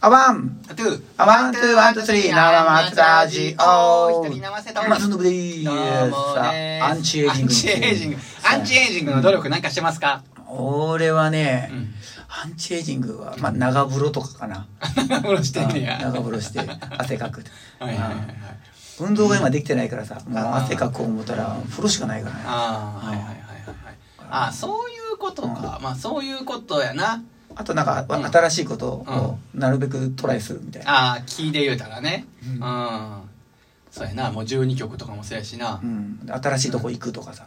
あワントゥーあワンツーワンツースリー生松ラジオ一人生瀬戸松信ですどうもねアンチエイジングアンチエイジングアンチエイジングの努力なんかしてます か俺はね、うんアンチエイジングは、まあ、長風呂とかかなおろしてんねうやん長風呂して汗かく はいはいはいはいうん運動が今できてないからさもうあー汗かこう思ったら風呂しかないからねああはいはいはいはいはいあそういうことかまあそういうことやなあとなんか、うん新しいことをなるべくトライするみたいな、ああ聞いて言うたらねうんうんそうやなもう12曲とかもそうやしなうん、新しいとこ行くとかさ、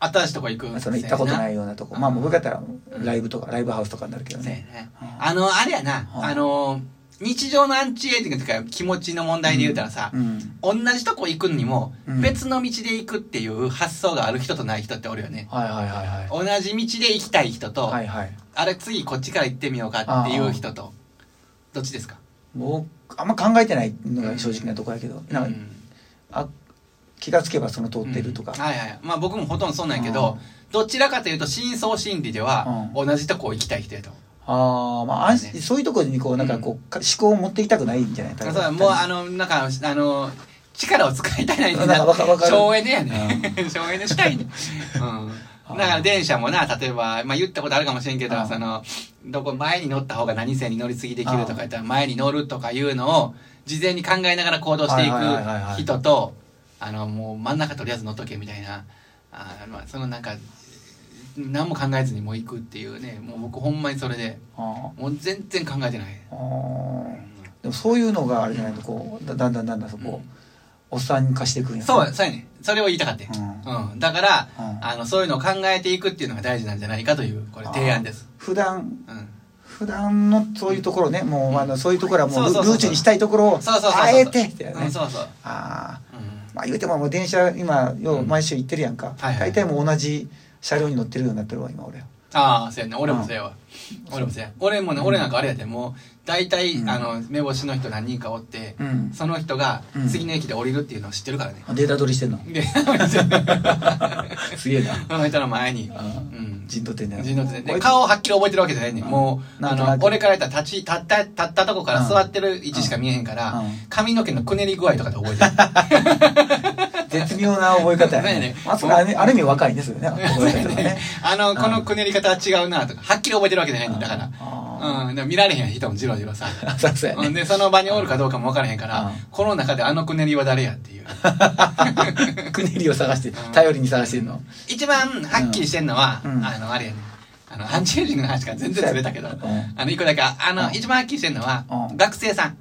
新しいとこ行くその行ったことないようなとこまあもう僕やったらうんライブとかライブハウスとかになるけどそうやねねうんあのあれやなうんあの日常のアンチエイジングとか気持ちの問題で言うたらさ、うん同じとこ行くにもうん別の道で行くっていう発想がある人とない人っておるよね、はいはいはいはい同じ道で行きたい人と、はいはいあれ次こっちから行ってみようかっていう人とどっちですか、僕あんま考えてないのが正直なとこやけど、なんかあ気がつけばその通ってるとか、うんはいはいまあ僕もほとんどそうなんやけど、どちらかというと深層心理では同じとこ行きたい人やと、ああまあ安心ねそういうところにこうなんかこう、か思考を持っていきたくないんじゃないそうだもうあののなんかあの力を使いたいないんなだんか わかわかる省エネやね、 省エネし たいね、うん、だから電車もな例えば、まあ、言ったことあるかもしれんけどうんそのどこ前に乗った方が何線に乗り継ぎできるとか言ったら前に乗るとかいうのを事前に考えながら行動していくはいはいはいはい人とあのもう真ん中とりあえず乗っとけみたいなあー、まあ、そのなんか何も考えずにもう行くっていうねもう僕ほんまにそれであもう全然考えてない。ーあーでもそういうのがあれじゃないとこうだだんだんだんだんそこ、おっさん化していくんやそう、そうやね。それを言いたかったようん。だから、うんあの、そういうのを考えていくっていうのが大事なんじゃないかという、これ提案です。普段うん。普段のそういうところねもう、あのそういうところはもうそうルそうそうそうルーチンにしたいところをそうそうそうそう。あえてってやうねん、そうそう。ああうん。まあ言うてももう電車今よううん毎週行ってるやんか、はいはい大体もう同じ車両に乗ってるようになってるわ今俺はああ、そうやね。俺もそうやわ。俺もそうや。俺もね、俺なんかあれやで、もう、大体、うんあの、目星の人何人かおって、うんその人がうん次の駅で降りるっていうのを知ってるからね。データ取りしてんので、 そ すげえなの人の前に、あーうん。陣取ってんね人の手で顔をはっきり覚えてるわけじゃないね、うんもうなあんとなのく俺から言ったら立ち立った立ったとこからうん座ってる位置しか見えへんから、うん髪の毛のくねり具合とかで覚えてる絶妙な覚え方やそうやねねまあそれあるある意味若い ねそれね覚え方がね あのんこのくねり方は違うなとかはっきり覚えてるわけじゃないねだかあら、うん、でも見られへん人もじろじろさ そうそうやうんねでその場におるかどうかも分からへんから、うんこの中であのくねりは誰 やっていうくねりを探して頼りに探してんの一番はっきりしてんのは、うんあのあれやねあのアンチエイジングの話から全然ずれ たけど、うんあの一個だけああの、うん一番はっきりしてるのは、うん学生さん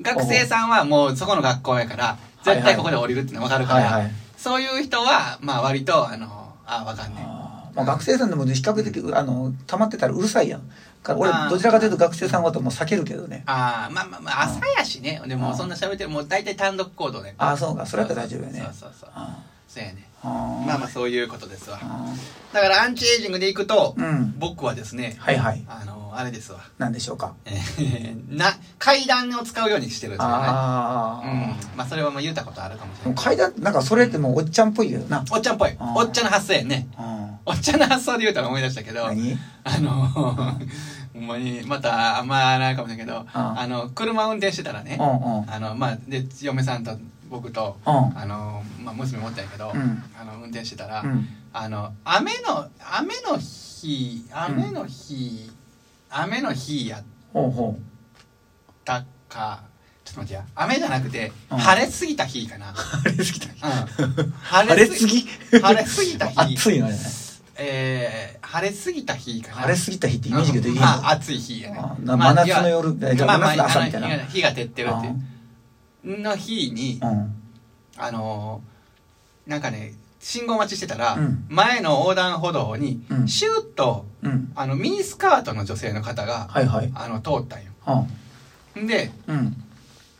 学生さんはもうそこの学校やからはい絶対ここで降りるっての分かるから、はいはいそういう人はまあ割とあのあ分かんねんあーまあ学生さんでも比較的あの溜まってたらうるさいやんから俺あーどちらかというと学生さんはともう避けるけどねあーまあまあまあ朝やしねでうもんそんな喋ってるもう大体単独行動ねああそうかそれやったら大丈夫よねそうそうそうあそうやねーあーまあまあそういうことですわあだからアンチエイジングでいくと、ーうん僕はですねはいはいあのあれですわなんでしょうかえーな階段を使うようにしてるんですよねあうあ、んまあそれはまあ言ったことあるかもしでれもない階段なんかそれってもうおっちゃんっぽいよな、おっちゃんっぽいあーおっちゃんの発想やねうん、おっちゃんの発想で言うたら思い出したけど、何あの、 ほんまに、またあんまないかもしれんけど、ああの、車運転してたらねう、んうんあの、まあ、で、嫁さんと僕と、うんあの、まあ、娘持ったんやけど、うんあの、運転してたら、うんあの、雨の、雨の日、雨の日、雨の日やっほうほたか、ちょっと待ってや、雨じゃなくて、うん晴れすぎた日 かな。うあれ好きだうんあれ好き晴れす ぎた日暑いのねえー、晴れすぎた日かな。晴れすぎた日ってイメージができるうんのまあ、暑い日やねあ。な真夏の夜まえじゃあま真夏の朝みたいなあの日が照ってるっていう。の日にう、んあのー、なんかね、信号待ちしてたらうん、前の横断歩道にう、んシューッと、うんあの、ミニスカートの女性の方が、はいはいあの、通ったんよ。あんで、うんうん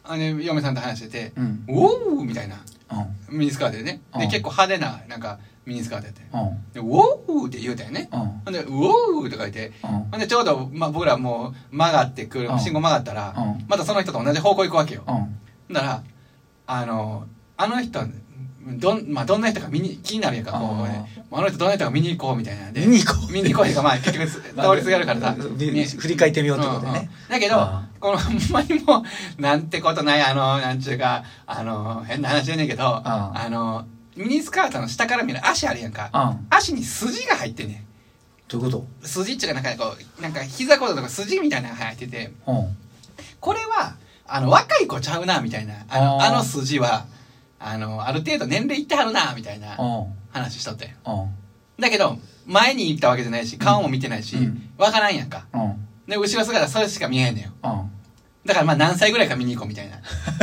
あの、嫁さんと話してて、うんおーみたいな、うんミニスカートでね。うで、ん結構派手な、なんか、ミニスカートやって。うんで、おーって言うたよね。うんほんで、うおーって書いて、うんほんでちょうど、まあ、僕らもう曲がってくるうん信号曲がったら、うんまたその人と同じ方向行くわけよ、うんだからあのあの人どん,、まあ、どんな人か見に気になるやんかこう、ね、あの人どんな人か見に行こうみたいなんで見に行こう 見に行こうやんかまあ結局通りすがるからさ振り返ってみようってことでねうんうんだけどあこのほんまにもうなんてことないあのなんちゅうかあの変な話やねんけどああのミニスカートの下から見る足あるやんかあん足に筋が入ってんねどういうこん筋っちゅうかなんかこうなんか膝こととか筋みたいなのが入っててとうんこれはあの若い子ちゃうなみたいなあのああーの筋はあのある程度年齢いってはるなみたいうなん話しとってうんだけど前に行ったわけじゃないし顔も見てないし、うんわからんやんかうんで後ろ姿それしか見えへんねんようだからまあ何歳ぐらいか見に行こうみたい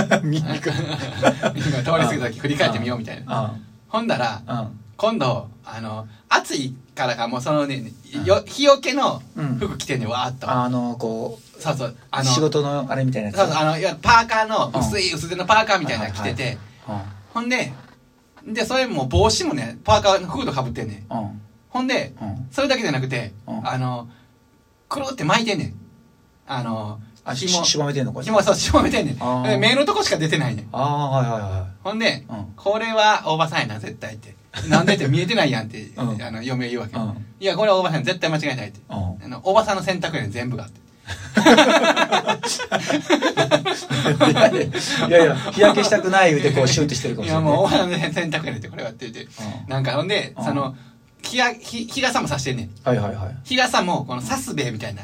なん見 見にに行こく うい通り過ぎた時振り返ってみようみたいなうんほんだらうん今度あの暑いからかもうそのねよ日よけのうん服着てんねんわーっとあのこそうそうあうの仕事のあれみたいなやつそうそうあのいやパーカーの薄い薄手のパーカーみたいなの着てて、ほんででそれも帽子もねパーカーのフードかぶってんねんうんうんほんでうんそれだけじゃなくて、うんあの、くるって巻いてんねん。あの、あし紐、しばめてんのこれ紐、そう、絞めてんねあん。ーで目のとこしか出てないねん。ああはいはいはほんで、うんこれはおばさんやな、絶対って。なんでって見えてないやんって、うんあの、嫁言うわけ。うんいや、これはおばさん、絶対間違いないって。いうんあの、おばさんの選択やねん、全部がって。いやいやいやいや日焼けしたくない言うてこうシュートしてるかいもしれなや、いもうおばさんの選択やねんって、これはって言って。うんなんか、ほんで、うんその、日が、日、日傘もさしてんねん。はいはいはい日傘も、このサスベイみたいな。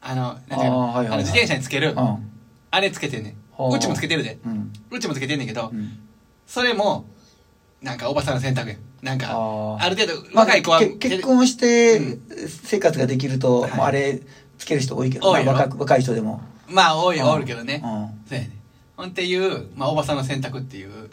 あの、なんていうあーはいはいのはいあの、自転車につけるう。んあれつけてんねん。はあうちもつけてるで。うんうちもつけてんねんけどう、んそれも、なんかおばさんの選択やん。なんあか、ーある程度、まあ若い子は、け結婚して生活ができるとはいもうあれつける人多いけど多いまよあ若く若い人でもまあ、多いはうんおるけどねう。んそうやね。ほんっていう、まあ、おばさんの選択っていう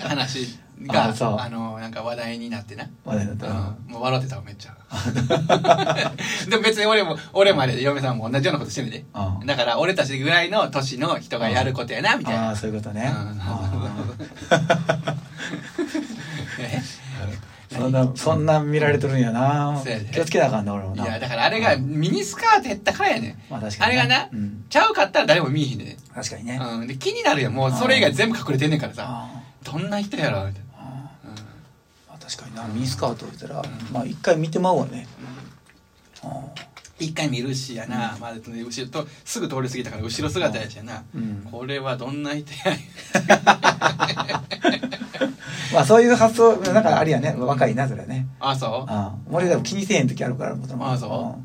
話が、あそうあの、なんか話題になってな。話題になったうんもう笑ってたわ、めっちゃ。 でも別に俺も、俺もあれで、嫁さんも同じようなことしてるで。うんだから、俺たちぐらいの年の人がやることやな、みたいあなあー。そういうことねうんあー えそんなそんな見られとるんやなそうやで気をつけなあかんな俺も いなや、だからあれがミニスカートやったからやねん。まあ確あかれにがなうん、ちゃうかったら誰も見えへんでね。確かにねうん。で、気になるやん。もうそれ以外全部隠れてんねんからさ。あどんな人やろみたいーあな。うんーまあ確かになミニスカート言ったらまあ一回見てまうわねあ一回見るしやな。まあ、で後ろと、すぐ通り過ぎたから後ろ姿やしやな。ーうんこれはどんな人やまあそういう発想なんかありやね若いなそれはねあ、そうあー俺でも気にせえへん時あるからもとあそ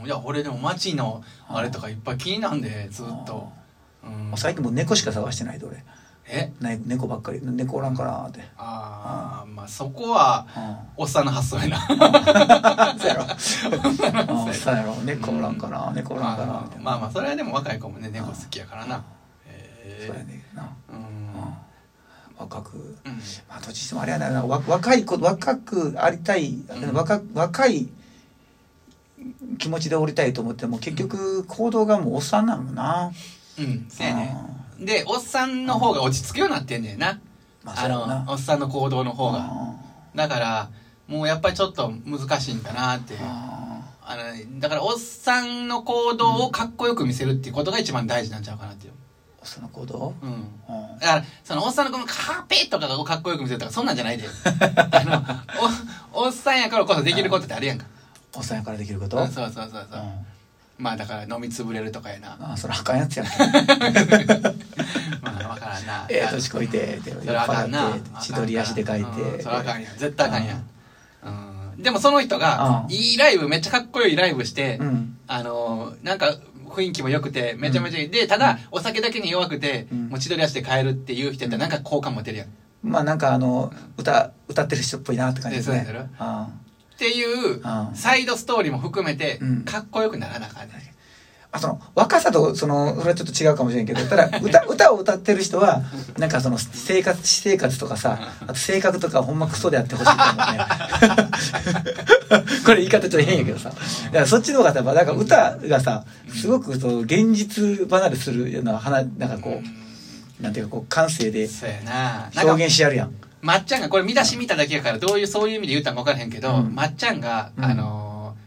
うんいや、俺でも街のあれとかいっぱい気になんで、ずっと。うんもう最近もう猫しか探してないで俺えね猫ばっかり猫おらんかなーってああ、まあそこは、 うんおっさんの発想やな。そうやろうんそうやろ猫おらんかな猫おらんかなまみたあいなまあまあそれはでも若い子もね猫好きやからなそうやへえねんなうんうん若くうんまあどっちにしてもあれやなわ若い子若くありたい、うん若若い気持ちでおりたいと思っても結局行動がもうおっさんなのな、うんそうやねでおっさんの方が落ち着くようになってんねんなまああそうやなのおっさんの行動のう方んがだからもうやっぱりちょっと難しいんだなっていうあのだからおっさんの行動をかっこよく見せるっていうことが一番大事なんちゃうかなっていうおっさんの行動、うんうんだから、その、おっさんのこのカーペットとかをかっこよく見せるとか、そんなんじゃないで。あの、お、おっさんやからこそできることってあるやんか。おっさんやからできること、うんそうそうそうそう。うんまあだから飲みつぶれるとかや な。まあそれあかんやつやん。あわからんな ええ年こいてって酔っそれあかんな払って。千鳥足で書いて、うんそれあかんやん。絶対あかんやん。うんでもその人がう、んいいライブ、めっちゃかっこいいライブしてう、んあのー、なんか、雰囲気も良くて、めちゃめちゃいい。で、ただ、お酒だけに弱くて、うんもう千鳥足で帰るっていう人やったら、なんか好感持てるやん。っまあなんかあの歌歌ってる人っぽいなって感じですえねそうやろあていう、あサイドストーリーも含めてうん、かっこよくならなあかんねん。あその若さとそのそれはちょっと違うかもしれんけどただ 歌歌を歌ってる人はなんかその生活私生活とかさあと性格とかほんまクソであってほしいと思 うねこれ言い方ちょっと変やけどさだからそっちの方がさなんか歌がさすごくその現実離れするような花なんかこうなんていうかこう感性でそうやな。なんか表現しやるやんまっちゃんがこれ見出し見ただけやからどういうそういう意味で言ったんか分からへんけど、うんまっちゃんが、うんあのー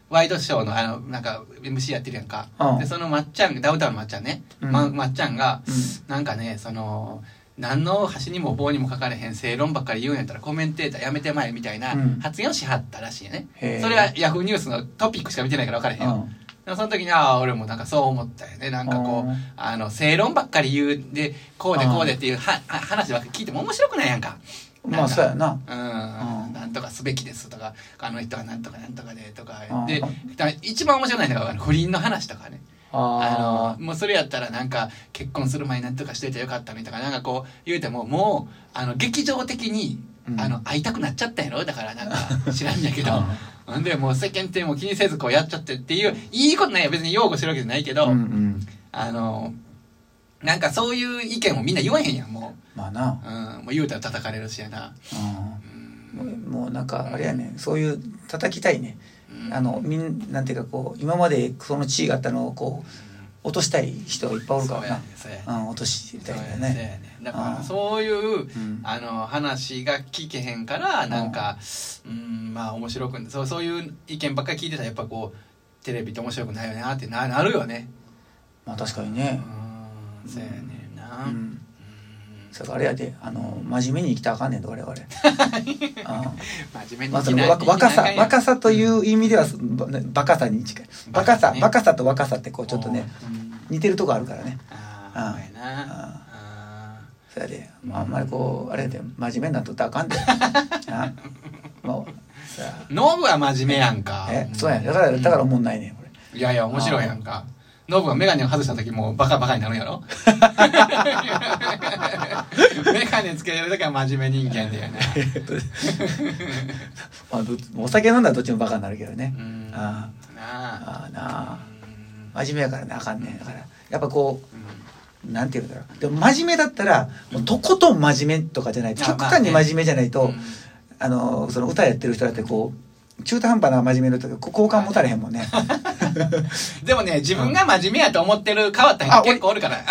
ワイドショーのあのなんか MC やってるやんか、うんでそのまっちゃんダウンタウンのまっちゃんね、うんままっちゃんが、うんなんかねその何の端にも棒にもかかれへん正論ばっかり言うんやったらコメンテーターやめてまえみたいなうん発言をしはったらしいよね、へーそれはヤフーニュースのトピックしか見てないから分からへんよ、うんでもその時に、ああ、俺もなんかそう思ったよね。なんかこう、あの、正論ばっかり言う、で、こうでこうでっていうはは話ばっかり聞いても面白くないやんか。まあそうやなうんうんなんとかすべきですとかあの人はなんとかなんとかでとかうんでだから一番面白くないのがあの不倫の話とかねああのもうそれやったらなんか結婚する前になんとかしててよかったのにとかなんかこう言うてももうあの劇場的に、うんあの会いたくなっちゃったやろだからな んか知らんやけどうん。ほんでもう世間体も気にせずこうやっちゃってっていういいことないよ別に擁護してるわけじゃないけあど、うんうんあのなんかそういう意見をみんな言わへんやんもまあなう,、うん、もう言うたら叩かれるしやなうんもうなんかあれやねそういう叩きたいねうんあのみんなんていうかこう今までその地位があったのをこう落としたい人がいっぱいおるかそうやらねそうやねな、うん、落としたいんだよそうやねねだからうんそういううんあの話が聞けへんからなんかうんまあ面白くそうそういう意見ばっかり聞いてたらやっぱこうテレビって面白くないよなってななるよねまあ確かにうねんそうやねんなううんんそれからあれやであの真面目に生きたらあかんねんで 我々うん真面目にまあ、生そきなのい若若さ生きなあかんやん若さという意味ではそばねバカさに近いバカさバカさと若さってこうちょっとねうん似てるとこあるからねああああそうやなあそれでまああんまりこうあれやで真面目になっとったらあ かんであまあさーノブは真面目やんかあえそうやねだからだからおもんないねこれいやいや、面白いやんか。ノブがメガネを外した時もうバカバカになるんや ろメガネつけてる時は真面目人間だよね。まあどっちお酒飲んだらどっちもバカになるけどねうん あなあ。あああなあうん真面目やからねあかんねだからやっぱこううなんて言うんだろうでも真面目だったらもうとことん真面目とかじゃないとあ極まあ端に真面目じゃないと、んあのその歌やってる人だってこう中途半端な真面目の人がこ好感持たれへんもんね。でもね、自分が真面目やと思ってる変わった人あ結構おるから。